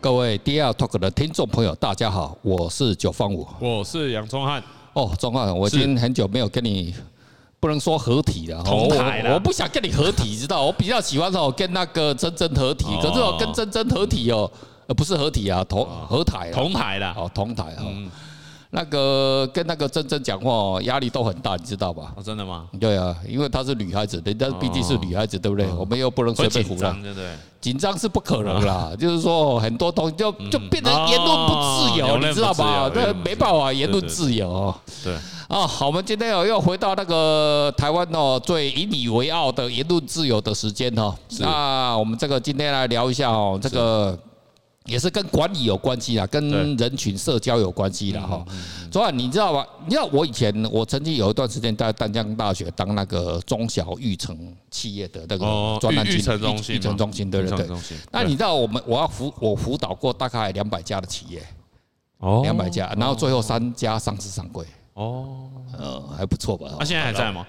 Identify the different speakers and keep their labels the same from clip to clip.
Speaker 1: 各位 DR Talk 的听众朋友，大家好，我是九方五。
Speaker 2: 我是杨宗汉，
Speaker 1: 哦，钟浩，我已
Speaker 2: 是
Speaker 1: 经很久没有跟你，不能说合体了，哦
Speaker 2: 同
Speaker 1: 我
Speaker 2: 台了
Speaker 1: 我不想跟你合体，知道？我比较喜欢哦跟那个真真合体，
Speaker 2: 哦
Speaker 1: 可是我跟真真合体哦，呃，不是合体啊，同合台啊，
Speaker 2: 哦同嗯台啦。
Speaker 1: 哦同台哦，那个跟那个真真讲话哦，压力都很大，你知道吧？
Speaker 2: 哦，真的吗？
Speaker 1: 对啊，因为她是女孩子，人家毕
Speaker 2: 哦
Speaker 1: 竟是女孩子，对不对？我们又不能随
Speaker 2: 会
Speaker 1: 便
Speaker 2: 紧
Speaker 1: 胡乱
Speaker 2: 张，。对不对？
Speaker 1: 紧张是不可能
Speaker 2: 啊
Speaker 1: 啦，就是说很多东西就
Speaker 2: 嗯
Speaker 1: 就变成言论不自
Speaker 2: 哦
Speaker 1: 由，你知道吧？
Speaker 2: 言论不自由
Speaker 1: 这
Speaker 2: 言论不自由
Speaker 1: 没办法，言论自由哦
Speaker 2: 对，
Speaker 1: 啊。好，我们今天哦又回到那个台湾哦最引以为傲的言论自由的时间哦。那我们这个今天来聊一下哦，这个。也是跟管理有关系啦，跟人群社交有关系啦
Speaker 2: 嗯
Speaker 1: 哈。昨晚你知道吧？你知道我以前我曾经有一段时间在淡江大学当那个中小育成企业的那个
Speaker 2: 哦，
Speaker 1: 专案
Speaker 2: 育
Speaker 1: 经
Speaker 2: 育成中心
Speaker 1: 育
Speaker 2: 嘛，
Speaker 1: 成中心对
Speaker 2: 育
Speaker 1: 对
Speaker 2: 成
Speaker 1: 对。
Speaker 2: 中心
Speaker 1: 那
Speaker 2: 对
Speaker 1: 你知道我们我要辅我辅导过大概两百家的企业，
Speaker 2: 哦
Speaker 1: 两百家，然后最后三家上市上柜，
Speaker 2: 哦，
Speaker 1: 呃，还不错吧？
Speaker 2: 那现在还在吗？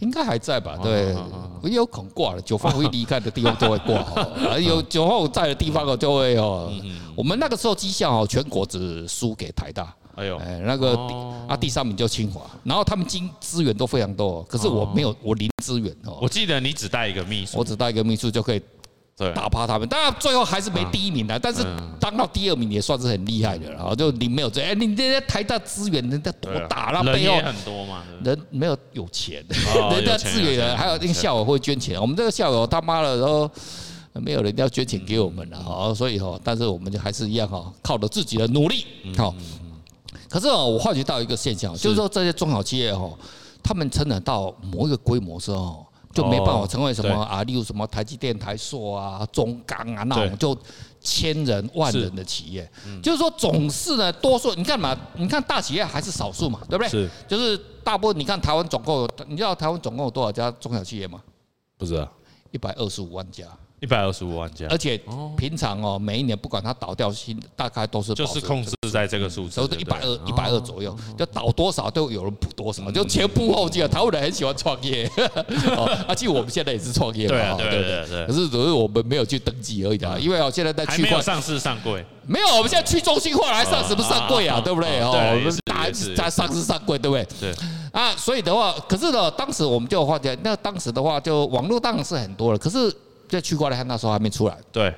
Speaker 1: 应该还在吧？
Speaker 2: 哦
Speaker 1: 对
Speaker 2: 哦哦，
Speaker 1: 也有可能挂了，九方会离开的地方就会挂， 哦啊有九方在的地方哦就会哦。
Speaker 2: 嗯
Speaker 1: 我们那个时候绩效哦，全国只输给台大，
Speaker 2: 哎呦，
Speaker 1: 哎，那个第
Speaker 2: 哦
Speaker 1: 啊第三名就清华，然后他们经资源都非常多，可是我没有我零资源哦
Speaker 2: 我，记得你只带一个秘书，
Speaker 1: 我只带一个秘书就可以
Speaker 2: 对，嗯
Speaker 1: 打趴他们，当然最后还是没第一名的，但是当到第二名也算是很厉害的了。然后就你没有这，哎，你这些台大资源人家多
Speaker 2: 对啊
Speaker 1: 大，那
Speaker 2: 人
Speaker 1: 背后
Speaker 2: 也很多嘛，对不对
Speaker 1: 人没有有钱，
Speaker 2: 哦
Speaker 1: 人家
Speaker 2: 有钱
Speaker 1: 资
Speaker 2: 有
Speaker 1: 源
Speaker 2: 钱
Speaker 1: 还有那个校友会捐钱，我们这个校友他妈的都没有人要捐钱给我们
Speaker 2: 嗯
Speaker 1: 了，哦，所以哈，但是我们就还是一样哈，靠着自己的努力，
Speaker 2: 嗯
Speaker 1: 好。可是哦，我发觉到一个现象，就是说这些中小企业哦，他们成长到某一个规模之后，就没办法
Speaker 2: 哦
Speaker 1: 成为什么
Speaker 2: 对
Speaker 1: 啊，例如什么台积电、台塑啊、中钢啊那
Speaker 2: 对
Speaker 1: 种就千人万人的企业，
Speaker 2: 嗯
Speaker 1: 就是说总是呢，多数你看嘛，你看大企业还是少数嘛，对不对？
Speaker 2: 是，
Speaker 1: 就是大部分你看台湾总共有，你知道台湾总共有多少家中小企业吗？
Speaker 2: 不是啊，
Speaker 1: 一百二十五万家，
Speaker 2: 一百二十五万家
Speaker 1: 而，且平常哦，每一年不管它倒掉新，大概都是
Speaker 2: 就
Speaker 1: 保
Speaker 2: 是
Speaker 1: 持
Speaker 2: 控制在这个数字
Speaker 1: 都，是
Speaker 2: 对哦
Speaker 1: 一
Speaker 2: 不对
Speaker 1: 百二、一百二左右，就倒多少都有人补多
Speaker 2: 嗯
Speaker 1: 少，就前仆后继啊。台湾人很喜欢创业， 哦，啊，其实我们现在也是创业
Speaker 2: 对啊
Speaker 1: 嘛，哦
Speaker 2: 对啊
Speaker 1: 不
Speaker 2: 对啊对啊
Speaker 1: 可是只是我们没有去登记而已的，因为哦，现在在
Speaker 2: 还
Speaker 1: 区
Speaker 2: 没有
Speaker 1: 块
Speaker 2: 上市上柜，
Speaker 1: 没有，我们现在去中心化来上什么上柜啊，
Speaker 2: 啊
Speaker 1: 对不对？
Speaker 2: 啊
Speaker 1: 哦，
Speaker 2: 对啊
Speaker 1: 我
Speaker 2: 也
Speaker 1: 们
Speaker 2: 是
Speaker 1: 大
Speaker 2: 也是
Speaker 1: 在上市上柜，对不对？
Speaker 2: 对，
Speaker 1: 啊，所以的话，可是呢，当时我们就发觉，那当时的话，就网络当然是很多了，可是在区块链那时候还没出来。
Speaker 2: 对，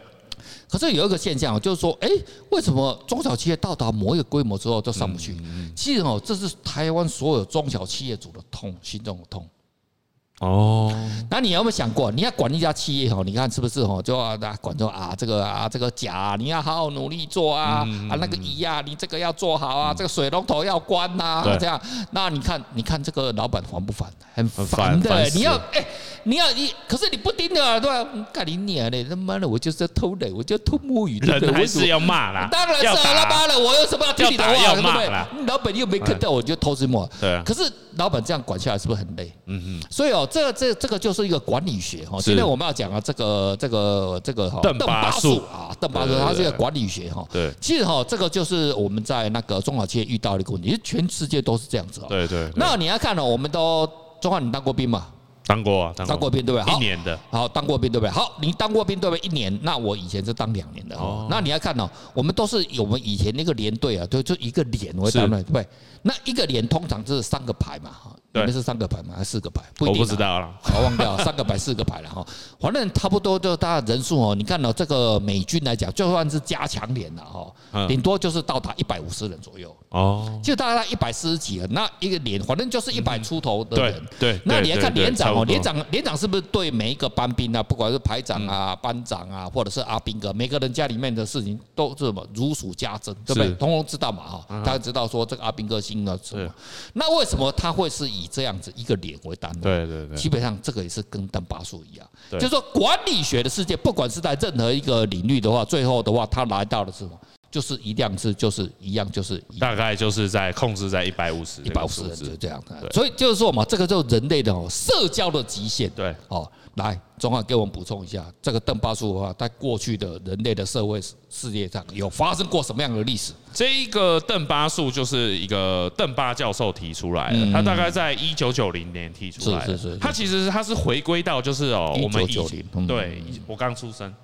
Speaker 1: 可是有一个现象，就是说，哎，为什么中小企业到达某一个规模之后就上不
Speaker 2: 嗯
Speaker 1: 去？其实哦，这是台湾所有中小企业主的痛，心中的痛。
Speaker 2: 哦，
Speaker 1: 那你有没有想过，你要管一家企业哦，你看是不是哦，就要那管说啊，这个啊，这个甲啊，你要好好努力做啊，
Speaker 2: 嗯
Speaker 1: 啊那个乙啊，你这个要做好啊，这个水龙头要关呐、
Speaker 2: 对
Speaker 1: 这样。那你看，你看这个老板烦不烦？很
Speaker 2: 很
Speaker 1: 烦
Speaker 2: 烦
Speaker 1: 的
Speaker 2: 烦
Speaker 1: 欸，
Speaker 2: 死
Speaker 1: 你要
Speaker 2: 了
Speaker 1: 哎、你要你，可是你不盯的啊，对吧？干你娘嘞！他妈的，我就是要偷懒，我就要偷摸鱼，对不对
Speaker 2: 人还
Speaker 1: 为什么
Speaker 2: 是要骂啦，
Speaker 1: 当然是啊
Speaker 2: 要打
Speaker 1: 他妈
Speaker 2: 啦，
Speaker 1: 的，我有什么要听你的话，
Speaker 2: 要打要
Speaker 1: 对不
Speaker 2: 骂
Speaker 1: 对
Speaker 2: 啦？
Speaker 1: 老板又没看到，我就偷吃摸。
Speaker 2: 对啊
Speaker 1: 可是老板这样管下来是不是很累？
Speaker 2: 嗯嗯，
Speaker 1: 所以哦，这个这个这个就是一个管理学哈。
Speaker 2: 是
Speaker 1: 今天我们要讲啊，这个这个哦这个哈，
Speaker 2: 邓巴数
Speaker 1: 啊，邓巴数
Speaker 2: 对对对
Speaker 1: 它是一个管理学哈。
Speaker 2: 对
Speaker 1: 其实哦哈，这个就是我们在那个中小企业遇到的一个问题，其实全世界都是这样子哦。
Speaker 2: 对对，对
Speaker 1: 那你要看哦呢，我们都中华，你当过兵嘛？
Speaker 2: 当过啊，
Speaker 1: 当过兵对不对？好
Speaker 2: 一年的，
Speaker 1: 好，当过兵对不对？好，你当过兵对不对？一年，那我以前是当两年的哦
Speaker 2: 哦。
Speaker 1: 那你要看哦，我们都是有我们以前那个连队啊，就就一个连我当的，对不对？那一个连通常就是三个排嘛，哈，你
Speaker 2: 对
Speaker 1: 们是三个排吗？还是四个排？不一
Speaker 2: 我
Speaker 1: 定啊
Speaker 2: 不知，道啦，
Speaker 1: 我忘掉了三个排、四个排了哈。反正差不多就大家人数哦。你看哦，这个美军来讲，就算是加强连了哈，
Speaker 2: 嗯
Speaker 1: 顶多就是到达一百五十人左右，
Speaker 2: 哦，
Speaker 1: 就大概一百四十几人，那一个连反正就是一百出头的
Speaker 2: 对
Speaker 1: 人。
Speaker 2: 嗯对，
Speaker 1: 那
Speaker 2: 对
Speaker 1: 你要看
Speaker 2: 对对
Speaker 1: 连长
Speaker 2: 差
Speaker 1: 哦，
Speaker 2: 不多
Speaker 1: 连长连长是不是对每一个班兵啊，不管是排长啊、
Speaker 2: 嗯
Speaker 1: 班长啊，或者是阿兵哥，每个人家里面的事情都是什么如数家珍，对不对？
Speaker 2: 是嗯
Speaker 1: 通通知道嘛哈，大家知道说这个阿兵哥星啊什么
Speaker 2: 对。
Speaker 1: 那为什么他会是以这样子一个连为单位？
Speaker 2: 对对对，
Speaker 1: 基本上这个也是跟邓巴数一样，就是
Speaker 2: 对
Speaker 1: 说管理学的世界，不管是在任何一个领域的话，最后的话，他来到的是什么？就是一辆是就是一样就是一
Speaker 2: 大概就是在控制在一百五十，
Speaker 1: 一百五十人就这样的，
Speaker 2: 对
Speaker 1: 所以就是说嘛，这个就是人类的哦社交的极限。
Speaker 2: 对，
Speaker 1: 哦，来，钟汉给我们补充一下，这个邓巴数的话，在过去的人类的社会世界上有发生过什么样的历史？
Speaker 2: 这一个邓巴数就是一个邓巴教授提出来的，他大概在一九九零年提出来的。
Speaker 1: 嗯是是是是
Speaker 2: 他其实是他是回归到就是哦，我们以
Speaker 1: 1990嗯
Speaker 2: 对，我刚出生，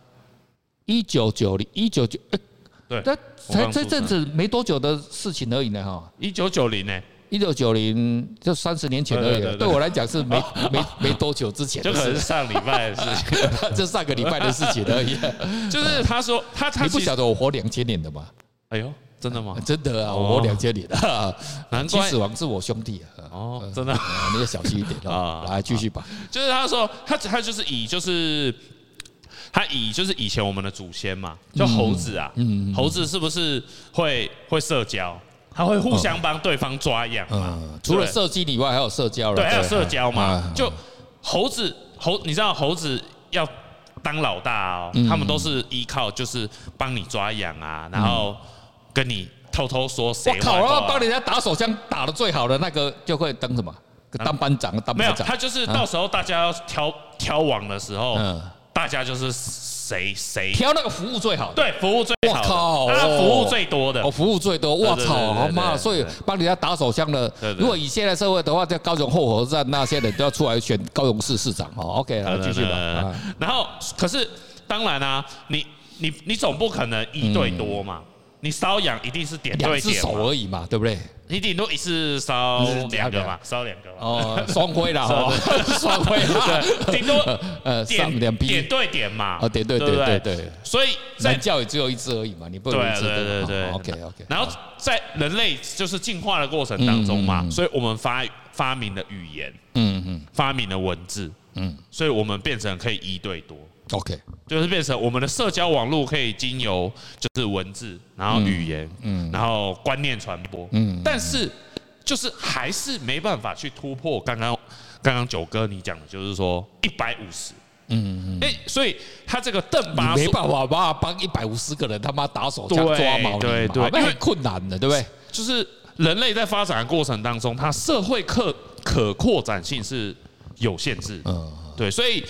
Speaker 1: 一九九零一九九，哎
Speaker 2: 对，
Speaker 1: 那
Speaker 2: 我
Speaker 1: 才
Speaker 2: 刚刚
Speaker 1: 这
Speaker 2: 说
Speaker 1: 阵
Speaker 2: 的
Speaker 1: 子没多久的事情而已呢，哈。
Speaker 2: 一九九零呢，
Speaker 1: 一九九零就三十年前而已
Speaker 2: 对对
Speaker 1: 了，
Speaker 2: 对
Speaker 1: 对我来讲是 没没没多久之前
Speaker 2: 就
Speaker 1: 的
Speaker 2: 可能
Speaker 1: 事
Speaker 2: 是，上礼拜的事情。
Speaker 1: 就上个礼拜的事情而已。
Speaker 2: 就是他说他他
Speaker 1: 你不
Speaker 2: 其实
Speaker 1: 晓得我活两千年的吗？
Speaker 2: 哎呦，真的吗？
Speaker 1: 真的啊，
Speaker 2: 哦
Speaker 1: 我活两千年 的，
Speaker 2: 难
Speaker 1: 秦
Speaker 2: 怪
Speaker 1: 始皇是我兄弟啊。
Speaker 2: 哦，真的。
Speaker 1: 啊你也小心一点哦。
Speaker 2: 啊
Speaker 1: 来，继续吧。
Speaker 2: 就是他说他他就是以就是他以就是以前我们的祖先嘛，
Speaker 1: 嗯
Speaker 2: 就猴子啊，猴子是不是会会社交？他会互相帮对方抓痒嘛？
Speaker 1: 嗯，除了
Speaker 2: 对
Speaker 1: 射击以外，还有社交了。
Speaker 2: 啊对，还有社交嘛
Speaker 1: 啊。
Speaker 2: 就猴子猴，你知道猴子要当老大哦，
Speaker 1: 嗯
Speaker 2: 他们都是依靠就是帮你抓痒啊，然后跟你偷偷说谁
Speaker 1: 我
Speaker 2: 坏
Speaker 1: 靠，然
Speaker 2: 话
Speaker 1: 后帮人家打手枪打的最好的那个，就会当什么？当班长，当
Speaker 2: 没有，
Speaker 1: 班长
Speaker 2: 他。就是到时候大家要挑挑网的时候
Speaker 1: 嗯，
Speaker 2: 大家就是谁谁
Speaker 1: 挑那个服务最好的。
Speaker 2: 对服务最好的，
Speaker 1: 我靠
Speaker 2: 他
Speaker 1: 哦
Speaker 2: 服务最多的
Speaker 1: 哦，，服务最多，我
Speaker 2: 对对
Speaker 1: 操，
Speaker 2: 对对
Speaker 1: 好妈的！
Speaker 2: 对
Speaker 1: 所以
Speaker 2: 对
Speaker 1: 帮人家打手枪的
Speaker 2: 对，对
Speaker 1: 如果以现在社会的话，在高雄后火车站那些人都要出来选高雄市市长哦。OK，来继续吧。啊
Speaker 2: 嗯然后，可是当然啊，你你你总不可能一对多嘛，你瘙痒一定是点
Speaker 1: 嗯两
Speaker 2: 对
Speaker 1: 只
Speaker 2: 点
Speaker 1: 手
Speaker 2: 嘛，
Speaker 1: 而已嘛，对不对？
Speaker 2: 你顶多一次烧两个嘛，烧两个嘛，
Speaker 1: 哦，双挥啦，哦， 双挥啦，
Speaker 2: 对，顶多
Speaker 1: 呃， 上
Speaker 2: 点
Speaker 1: 两
Speaker 2: 点
Speaker 1: 臂，
Speaker 2: 对点嘛，
Speaker 1: 哦，对对
Speaker 2: 不
Speaker 1: 对对，对，
Speaker 2: 所以在
Speaker 1: 男教也只有一只而已嘛，你不能
Speaker 2: 对
Speaker 1: 一
Speaker 2: 啊
Speaker 1: 只哦
Speaker 2: 对对对
Speaker 1: ，OK OK，
Speaker 2: 然后在人类就是进化的过程当中嘛，所以我们发发明了语言，
Speaker 1: 嗯嗯
Speaker 2: 发明了文字，
Speaker 1: 嗯
Speaker 2: 所以我们变成可以一对多。
Speaker 1: ，OK，
Speaker 2: 就是变成我们的社交网络可以经由就是文字，然后语言，嗯，然后观念传播，嗯，但是就是还是没办法去突破刚刚刚刚九哥你讲的，就是说一百五十，嗯，哎，所以他这个邓
Speaker 1: 你
Speaker 2: 巴
Speaker 1: 没
Speaker 2: 数
Speaker 1: 办法吧？帮一百五十个人他妈打手枪
Speaker 2: 对
Speaker 1: 抓毛呢
Speaker 2: 对
Speaker 1: 嘛
Speaker 2: 对
Speaker 1: 那
Speaker 2: 因
Speaker 1: 很
Speaker 2: 为
Speaker 1: 困难的，对不对？
Speaker 2: 就是人类在发展的过程当中，它社会可可扩展性是有限制，
Speaker 1: 嗯
Speaker 2: 嗯，对，所以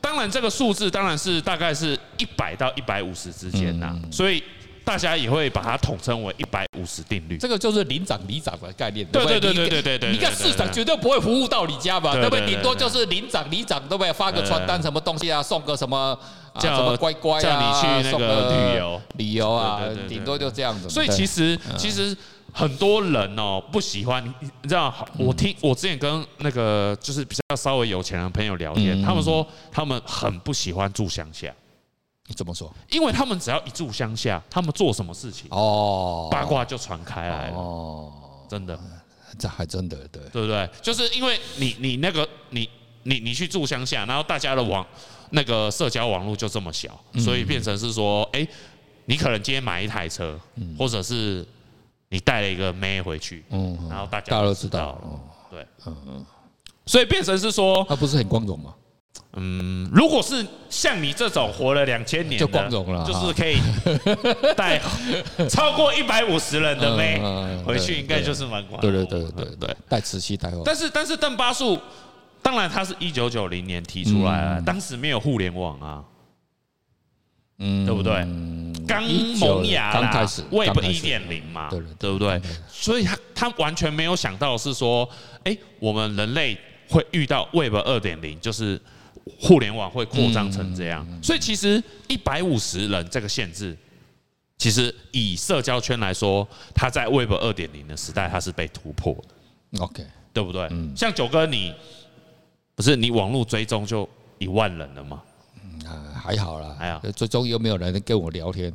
Speaker 2: 当然这个数字当然是大概是一百到一百五十之间呐、
Speaker 1: 嗯
Speaker 2: 所以大家也会把它统称为一百五十定律。
Speaker 1: 这个就是邻长里长的概念，
Speaker 2: 对
Speaker 1: 不你
Speaker 2: 对对
Speaker 1: 一个
Speaker 2: 对对对对
Speaker 1: 你看
Speaker 2: 对对
Speaker 1: 市长
Speaker 2: 对
Speaker 1: 绝对不会服务到你家吧？
Speaker 2: 对
Speaker 1: 对
Speaker 2: 对
Speaker 1: 不对？
Speaker 2: 对对
Speaker 1: 顶多就是邻长里长，对不对？发个传单什么东西啊，送个什么啊
Speaker 2: 叫
Speaker 1: 什么乖乖啊，
Speaker 2: 叫你去那个
Speaker 1: 送个
Speaker 2: 旅游
Speaker 1: 旅游啊
Speaker 2: 对对对对，对
Speaker 1: 顶多就这样子。
Speaker 2: 所以其实
Speaker 1: 嗯
Speaker 2: 其实很多人哦不喜欢，你你知道，我听
Speaker 1: 嗯
Speaker 2: 我之前跟那个就是比较稍微有钱的朋友聊
Speaker 1: 嗯
Speaker 2: 天，他们说他们很不喜欢住乡下，
Speaker 1: 你怎么说？
Speaker 2: 因为他们只要一住乡下，他们做什么事情
Speaker 1: 哦，
Speaker 2: 八卦就传开来了，
Speaker 1: 哦，
Speaker 2: 真的。
Speaker 1: 这还真的对。
Speaker 2: 对不对？就是因为你你那个你你你去住乡下，然后大家的网那个社交网络就这么小，
Speaker 1: 嗯
Speaker 2: 所以变成是说，哎、你可能今天买一台车，或者是你带了一个妹回去，
Speaker 1: 嗯，
Speaker 2: 然后大家
Speaker 1: 大家都
Speaker 2: 都
Speaker 1: 知
Speaker 2: 知
Speaker 1: 道
Speaker 2: 道，
Speaker 1: 哦嗯
Speaker 2: 对，所以变成是说，
Speaker 1: 那不是很光荣吗？
Speaker 2: 嗯如果是像你这种活了两千年
Speaker 1: 就
Speaker 2: 的，
Speaker 1: 光荣了
Speaker 2: 就是可以 带超过一百五十人的妹
Speaker 1: 嗯嗯嗯
Speaker 2: 回
Speaker 1: 对
Speaker 2: 去，应该就是蛮光
Speaker 1: 对
Speaker 2: 荣的。
Speaker 1: 对对对
Speaker 2: 对
Speaker 1: 对。，带慈禧太后。
Speaker 2: 但是但是邓巴数，当然他是一九九零年提出来啊，当时没有互联网啊，
Speaker 1: 嗯
Speaker 2: 对不对？刚
Speaker 1: 19
Speaker 2: 萌芽啦
Speaker 1: 刚开始刚
Speaker 2: Web
Speaker 1: 开
Speaker 2: 一
Speaker 1: 始
Speaker 2: 点零嘛，
Speaker 1: 对对对
Speaker 2: 对不对？所以他他完全没有想到是说，哎，我们人类会遇到 Web 二点零，就是互联网会扩张成这
Speaker 1: 嗯
Speaker 2: 样。所以其实一百五十人这个限制。其实以社交圈来说，它在 Web 二点零的时代，它是被突破的。
Speaker 1: OK，
Speaker 2: 对不对？像九哥你，不是你网络追踪就一万人了吗？
Speaker 1: 啊还好啦，
Speaker 2: 还好
Speaker 1: 最终又没有人跟我聊天，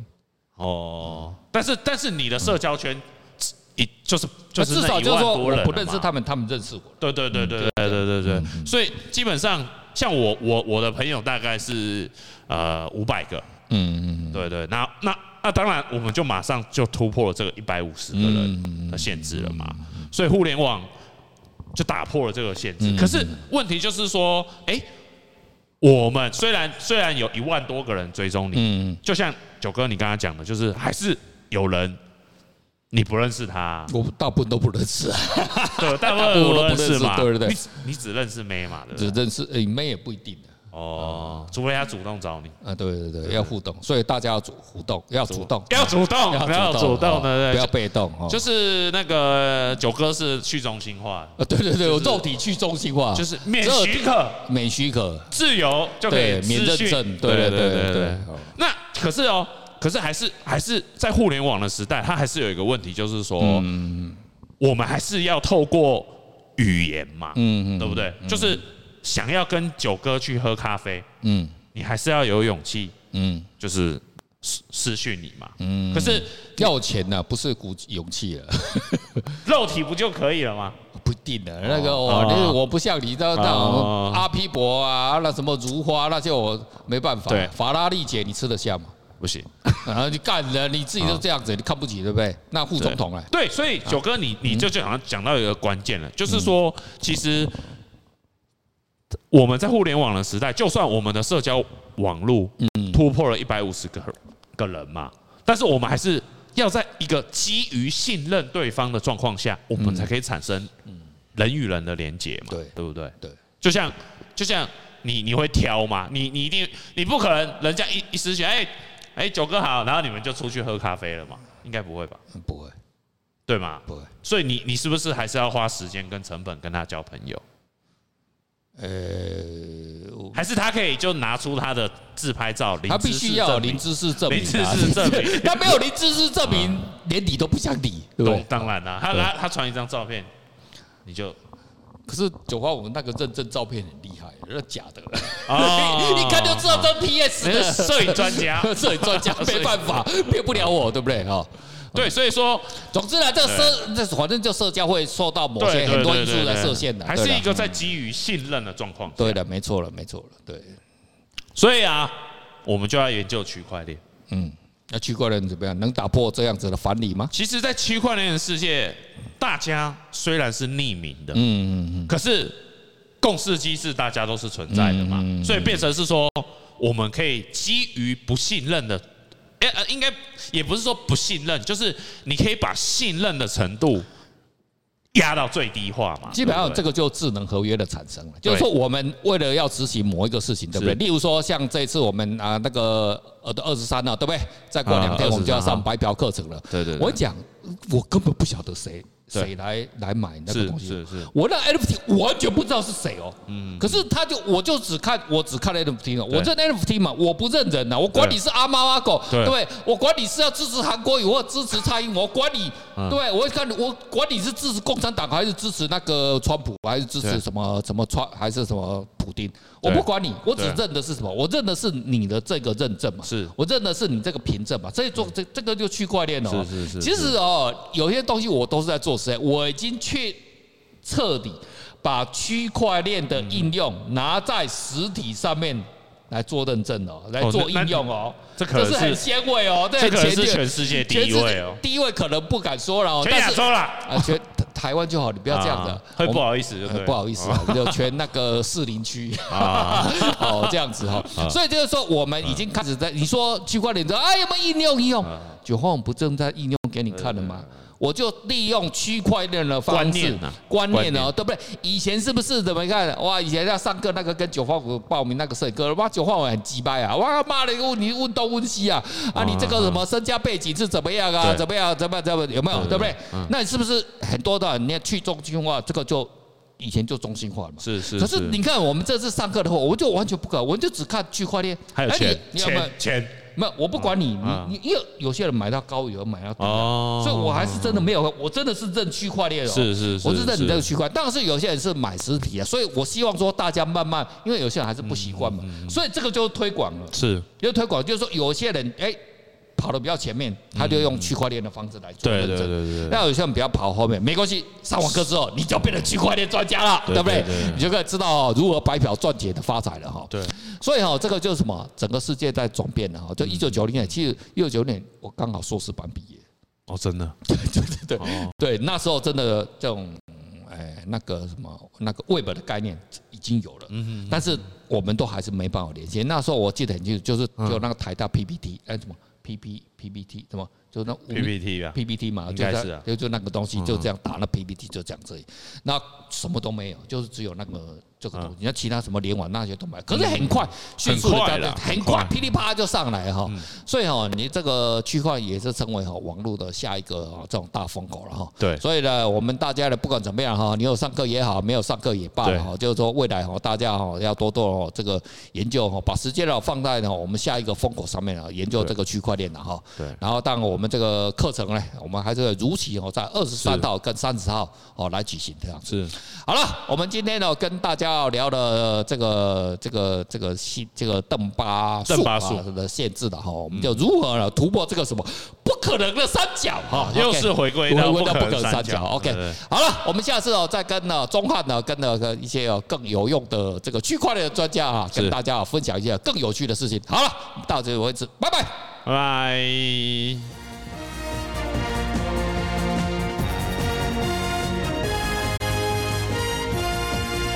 Speaker 2: 哦，但是但是你的社交圈，嗯一就是
Speaker 1: 那
Speaker 2: 就
Speaker 1: 至
Speaker 2: 是
Speaker 1: 少
Speaker 2: 那一
Speaker 1: 就是
Speaker 2: 万
Speaker 1: 说
Speaker 2: 多
Speaker 1: 我
Speaker 2: 人
Speaker 1: 不认识
Speaker 2: 了嘛。
Speaker 1: 他们，他们认识我。
Speaker 2: 对对对对
Speaker 1: 嗯
Speaker 2: 对对对对对，所以基本上像我我我的朋友大概是呃五百个，
Speaker 1: 嗯嗯
Speaker 2: 对对，那那那当然我们就马上就突破了这个一百五十个
Speaker 1: 嗯
Speaker 2: 人的限制了嘛，所以互联网就打破了这个限
Speaker 1: 嗯
Speaker 2: 制。可是问题就是说，哎、我们虽然虽然有一万多个人追踪你，
Speaker 1: 嗯，
Speaker 2: 就像九哥你刚刚讲的，就是还是有人你不认识他，
Speaker 1: 我大部分都不认识啊，
Speaker 2: 对，大部
Speaker 1: 大部
Speaker 2: 分
Speaker 1: 分
Speaker 2: 我
Speaker 1: 我都不
Speaker 2: 认识
Speaker 1: 认
Speaker 2: 嘛，
Speaker 1: 识对对对
Speaker 2: 你只你只认识妹嘛，对不
Speaker 1: 只
Speaker 2: 对？
Speaker 1: 认识诶妹也不一定啊。
Speaker 2: 哦，除非他主动找你，
Speaker 1: 啊，对对对，要互动，所以大家要主互动，要主动，
Speaker 2: 要主动，
Speaker 1: 要
Speaker 2: 不要主动
Speaker 1: 哦
Speaker 2: 的，
Speaker 1: 不
Speaker 2: 对
Speaker 1: 要。被动哦。
Speaker 2: 就是那个九哥是去中心化的，
Speaker 1: 啊，对对对，我肉体去中心化，
Speaker 2: 就是免
Speaker 1: 这
Speaker 2: 许可、
Speaker 1: 免许可，
Speaker 2: 自由就可以
Speaker 1: 对，免
Speaker 2: 资
Speaker 1: 认
Speaker 2: 讯
Speaker 1: 证，对对对对对。哦
Speaker 2: 那可是哦，可是还是还是在互联网的时代，它还是有一个问题，就是说，
Speaker 1: 嗯
Speaker 2: 我们还是要透过语言嘛，
Speaker 1: 嗯嗯
Speaker 2: 对不对？就是想要跟九哥去喝咖啡，
Speaker 1: 嗯
Speaker 2: 你还是要有勇气，
Speaker 1: 嗯，
Speaker 2: 就是私私讯你嘛，可是
Speaker 1: 要有钱呢、不是鼓勇气了，
Speaker 2: 肉体不就可以了吗？
Speaker 1: 不一定的。那个
Speaker 2: 哦
Speaker 1: 我那个我不像你，那
Speaker 2: 哦
Speaker 1: 那阿皮博啊，那什么如花，那些我没办法
Speaker 2: 对。
Speaker 1: 法拉利姐，你吃得下吗？
Speaker 2: 不行，
Speaker 1: 啊，你干人，你自己都这样子，你看不起对不对？那副总统呢？
Speaker 2: 哦对，所以九哥你，你就就好像讲到一个关键了，就是说，其实我们在互联网的时代，就算我们的社交网络突破了一百五十个个人嘛，但是我们还是要在一个基于信任对方的状况下，我们才可以产生人与人的连接嘛，
Speaker 1: 对
Speaker 2: 对不对？
Speaker 1: 对，
Speaker 2: 就像就像你你会挑嘛，你你一定你不可能人家一一时选哎哎九哥好，然后你们就出去喝咖啡了嘛，应该不会吧？
Speaker 1: 嗯不会
Speaker 2: 对吗？
Speaker 1: 不会，
Speaker 2: 所以你你是不是还是要花时间跟成本跟他交朋友？
Speaker 1: 呃，
Speaker 2: 还是他可以就拿出他的自拍照，
Speaker 1: 他必须要有零
Speaker 2: 知
Speaker 1: 知识证明啊，
Speaker 2: 零知识 证明
Speaker 1: 他没有零知识证明，连你都不想理，对不
Speaker 2: 懂
Speaker 1: 对？
Speaker 2: 当然啦、他
Speaker 1: 对
Speaker 2: 他他传一张照片，你就
Speaker 1: 可是九花我那个认证照片很厉害，那假的，
Speaker 2: 哦
Speaker 1: 一看就知道这是 PS
Speaker 2: 你
Speaker 1: 的
Speaker 2: 是摄影专家
Speaker 1: 摄影专 家没办法骗不了我，对不对哈？
Speaker 2: 对，所以说
Speaker 1: 总之呢，这个社这反正就社交会受到某
Speaker 2: 对
Speaker 1: 些
Speaker 2: 对
Speaker 1: 很多
Speaker 2: 对
Speaker 1: 因素
Speaker 2: 对
Speaker 1: 来
Speaker 2: 对
Speaker 1: 设限的，
Speaker 2: 还
Speaker 1: 对
Speaker 2: 是
Speaker 1: 啦
Speaker 2: 一个在基于信任的状况。
Speaker 1: 对的，没错了，没错了，对，
Speaker 2: 所以啊，我们就要研究区块链。
Speaker 1: 嗯，那区块链怎么样？能打破这样子的藩篱吗？
Speaker 2: 其实，在区块链的世界，大家虽然是匿名的，
Speaker 1: 嗯嗯
Speaker 2: 可是共识机制大家都是存在的
Speaker 1: 嗯
Speaker 2: 嘛，所以变成是说，我们可以基于不信任的，哎、呃，应该也不是说不信任，就是你可以把信任的程度压到最低化嘛。
Speaker 1: 嗯，基本上这
Speaker 2: 个
Speaker 1: 个就智能合约的产生了，就是说我们为了要执行某一个事情，对不对？
Speaker 2: 是
Speaker 1: 例如说像这次我们啊那个呃的二十三号，对不对？再过两
Speaker 2: 啊
Speaker 1: 天
Speaker 2: 23
Speaker 1: 我们就要
Speaker 2: 号
Speaker 1: 上白嫖课程了。
Speaker 2: 对对对
Speaker 1: 我讲，我根本不晓得谁
Speaker 2: 对
Speaker 1: 谁来来买那个
Speaker 2: 是
Speaker 1: 东西，
Speaker 2: 是是
Speaker 1: 我那 NFT 我完全不知道是谁哦，嗯，可是他就我就只看我只看 NFT 了，我认 NFT 嘛，我不认人呐、我管你是阿猫阿狗，对
Speaker 2: 对
Speaker 1: 不对，我管你是要支持韩国语或支持蔡英文，我管你，
Speaker 2: 嗯
Speaker 1: 对不对，我看你我管你是支持共产党还是支持那个川普，还是支
Speaker 2: 对
Speaker 1: 持什么什么川还是什么普丁，我不管你，我只
Speaker 2: 对
Speaker 1: 认的是什么，我认的是你的这个认证嘛，
Speaker 2: 是嗯
Speaker 1: 我认的是你这个凭证嘛，这做这这个就区块链哦，
Speaker 2: 是是是
Speaker 1: 其实哦，有些东西我都是在做实验，我已经确。彻底把区块链的应用拿在实体上面来做认证哦，来做应用哦，
Speaker 2: 那那这可能是
Speaker 1: 是很先位哦，
Speaker 2: 这可能
Speaker 1: 前
Speaker 2: 是
Speaker 1: 列
Speaker 2: 全世界第一位哦
Speaker 1: 全世界第一位可能不敢说了哦，
Speaker 2: 全
Speaker 1: 但
Speaker 2: 亚
Speaker 1: 是
Speaker 2: 洲啦，
Speaker 1: 啊，全台湾就好，你不要这样
Speaker 2: 啊
Speaker 1: 的，
Speaker 2: 会
Speaker 1: 我们
Speaker 2: 不好意思就
Speaker 1: 呃
Speaker 2: 对了，哦
Speaker 1: 不好意思啊，我们就全那个士林区
Speaker 2: 啊
Speaker 1: 啊， 哦这样子哈，所以就是说我们已经开始在你说区块链的，哎有没有应用应用？
Speaker 2: 啊
Speaker 1: 九号我们不正在应用给你看了吗？我就利用区块链的方
Speaker 2: 呃观
Speaker 1: 式
Speaker 2: 念啊
Speaker 1: 观
Speaker 2: 观
Speaker 1: 念
Speaker 2: 念
Speaker 1: 哦，对不对？以前是不是怎么看？哇，以前要上课那个跟九号五报名那个摄影课，哇，九号五很鸡掰啊！哇，妈的，问你问东问西啊！啊，你这个什么身家背景是怎么样啊？
Speaker 2: 对
Speaker 1: 怎么样？怎么样？怎么样有没有？
Speaker 2: 对
Speaker 1: 对不对
Speaker 2: 嗯？
Speaker 1: 那你是不是很多的？你看去中心化，这个就以前就中心化了嘛。
Speaker 2: 是是
Speaker 1: 可是你看我们这次上课的话，我就完全不管，我就只看区块链。
Speaker 2: 还有
Speaker 1: 哎
Speaker 2: 钱
Speaker 1: 你你有没有
Speaker 2: 钱？钱
Speaker 1: 没有，我不管你，
Speaker 2: 啊
Speaker 1: 你你因为有些人买到高，有人买到低，
Speaker 2: 哦
Speaker 1: 所以我还是真的没有，我真的是认区块链哦。
Speaker 2: 是是是
Speaker 1: 我是认
Speaker 2: 是
Speaker 1: 你这个区块，但是有些人是买实体啊，所以我希望说大家慢慢，因为有些人还是不习惯
Speaker 2: 嗯
Speaker 1: 嘛，所以这个就推广了。
Speaker 2: 是
Speaker 1: 就推广，就是说有些人哎、跑得比较前面，他就用区块链的方式来做
Speaker 2: 嗯对
Speaker 1: 认证。
Speaker 2: 对对对对
Speaker 1: 那有些人比较跑后面，没关系，上完课之后你就变成区块链专家了，
Speaker 2: 对
Speaker 1: 对不对
Speaker 2: 对对对？
Speaker 1: 你就可以知道哦如何白嫖赚钱的发财了哈。
Speaker 2: 对，
Speaker 1: 所以哈、这个就是什么？整个世界在转变了哈。就一九九零年，其实一九九零年我刚好硕士班毕业，
Speaker 2: 哦，真的
Speaker 1: 对
Speaker 2: 哦
Speaker 1: 对，那时候真的这种，嗯哎，那个什么，那个 Web 的概念已经有了，但是我们都还是没办法连接。那时候我记得很清楚，就是就那个台大 PPT，哎，什么 PP PPT 什么，就那五
Speaker 2: PPT 吧，
Speaker 1: PPT 嘛，
Speaker 2: 啊应
Speaker 1: 就
Speaker 2: 该
Speaker 1: 在
Speaker 2: 是啊嗯
Speaker 1: 就就那个东西就这样打那 PPT 就这样这里，那什么都没有，就是只有那个这个东西，你看其他什么联网那些都没有，可是很快，迅速
Speaker 2: 快
Speaker 1: 的
Speaker 2: 啦，
Speaker 1: 很
Speaker 2: 嗯很
Speaker 1: 快
Speaker 2: 快，嗯
Speaker 1: 噼里啪啦就上来哈。所以哈，你这个区块也是成为哈网络的下一个哈这种大风口了哈。
Speaker 2: 对
Speaker 1: 所以呢，我们大家呢，不管怎么样哈，你有上课也好，没有上课也罢
Speaker 2: 对
Speaker 1: 哈，就是说未来哈，大家哈要多多哦这个研究哈，把时间呢放在呢我们下一个风口上面啊，研究这个区块链了哈。
Speaker 2: 对
Speaker 1: 然后，当然我们这个课程呢，我们还是如期哦，在二十三
Speaker 2: 是
Speaker 1: 号跟三十号哦来举行这样子。
Speaker 2: 是
Speaker 1: 好了，我们今天呢跟大家聊了这个这个这个西这个邓巴
Speaker 2: 邓巴
Speaker 1: 数啊
Speaker 2: 数
Speaker 1: 的限制的哈，我们就如何呢突破这个什么不可能的三角哈，
Speaker 2: 又
Speaker 1: OK
Speaker 2: 是回归到
Speaker 1: 回归
Speaker 2: 不
Speaker 1: 到
Speaker 2: 可
Speaker 1: 不可能
Speaker 2: 能
Speaker 1: 三
Speaker 2: 三
Speaker 1: 角
Speaker 2: 角。
Speaker 1: OK，
Speaker 2: 对对对
Speaker 1: 好了，我们下次哦再跟呢钟汉呢跟呢一些哦更有用的这个区块链的专家啊，跟
Speaker 2: 是
Speaker 1: 大家啊分享一些更有趣的事情。好了，到这里为止，拜拜。
Speaker 2: 拜拜。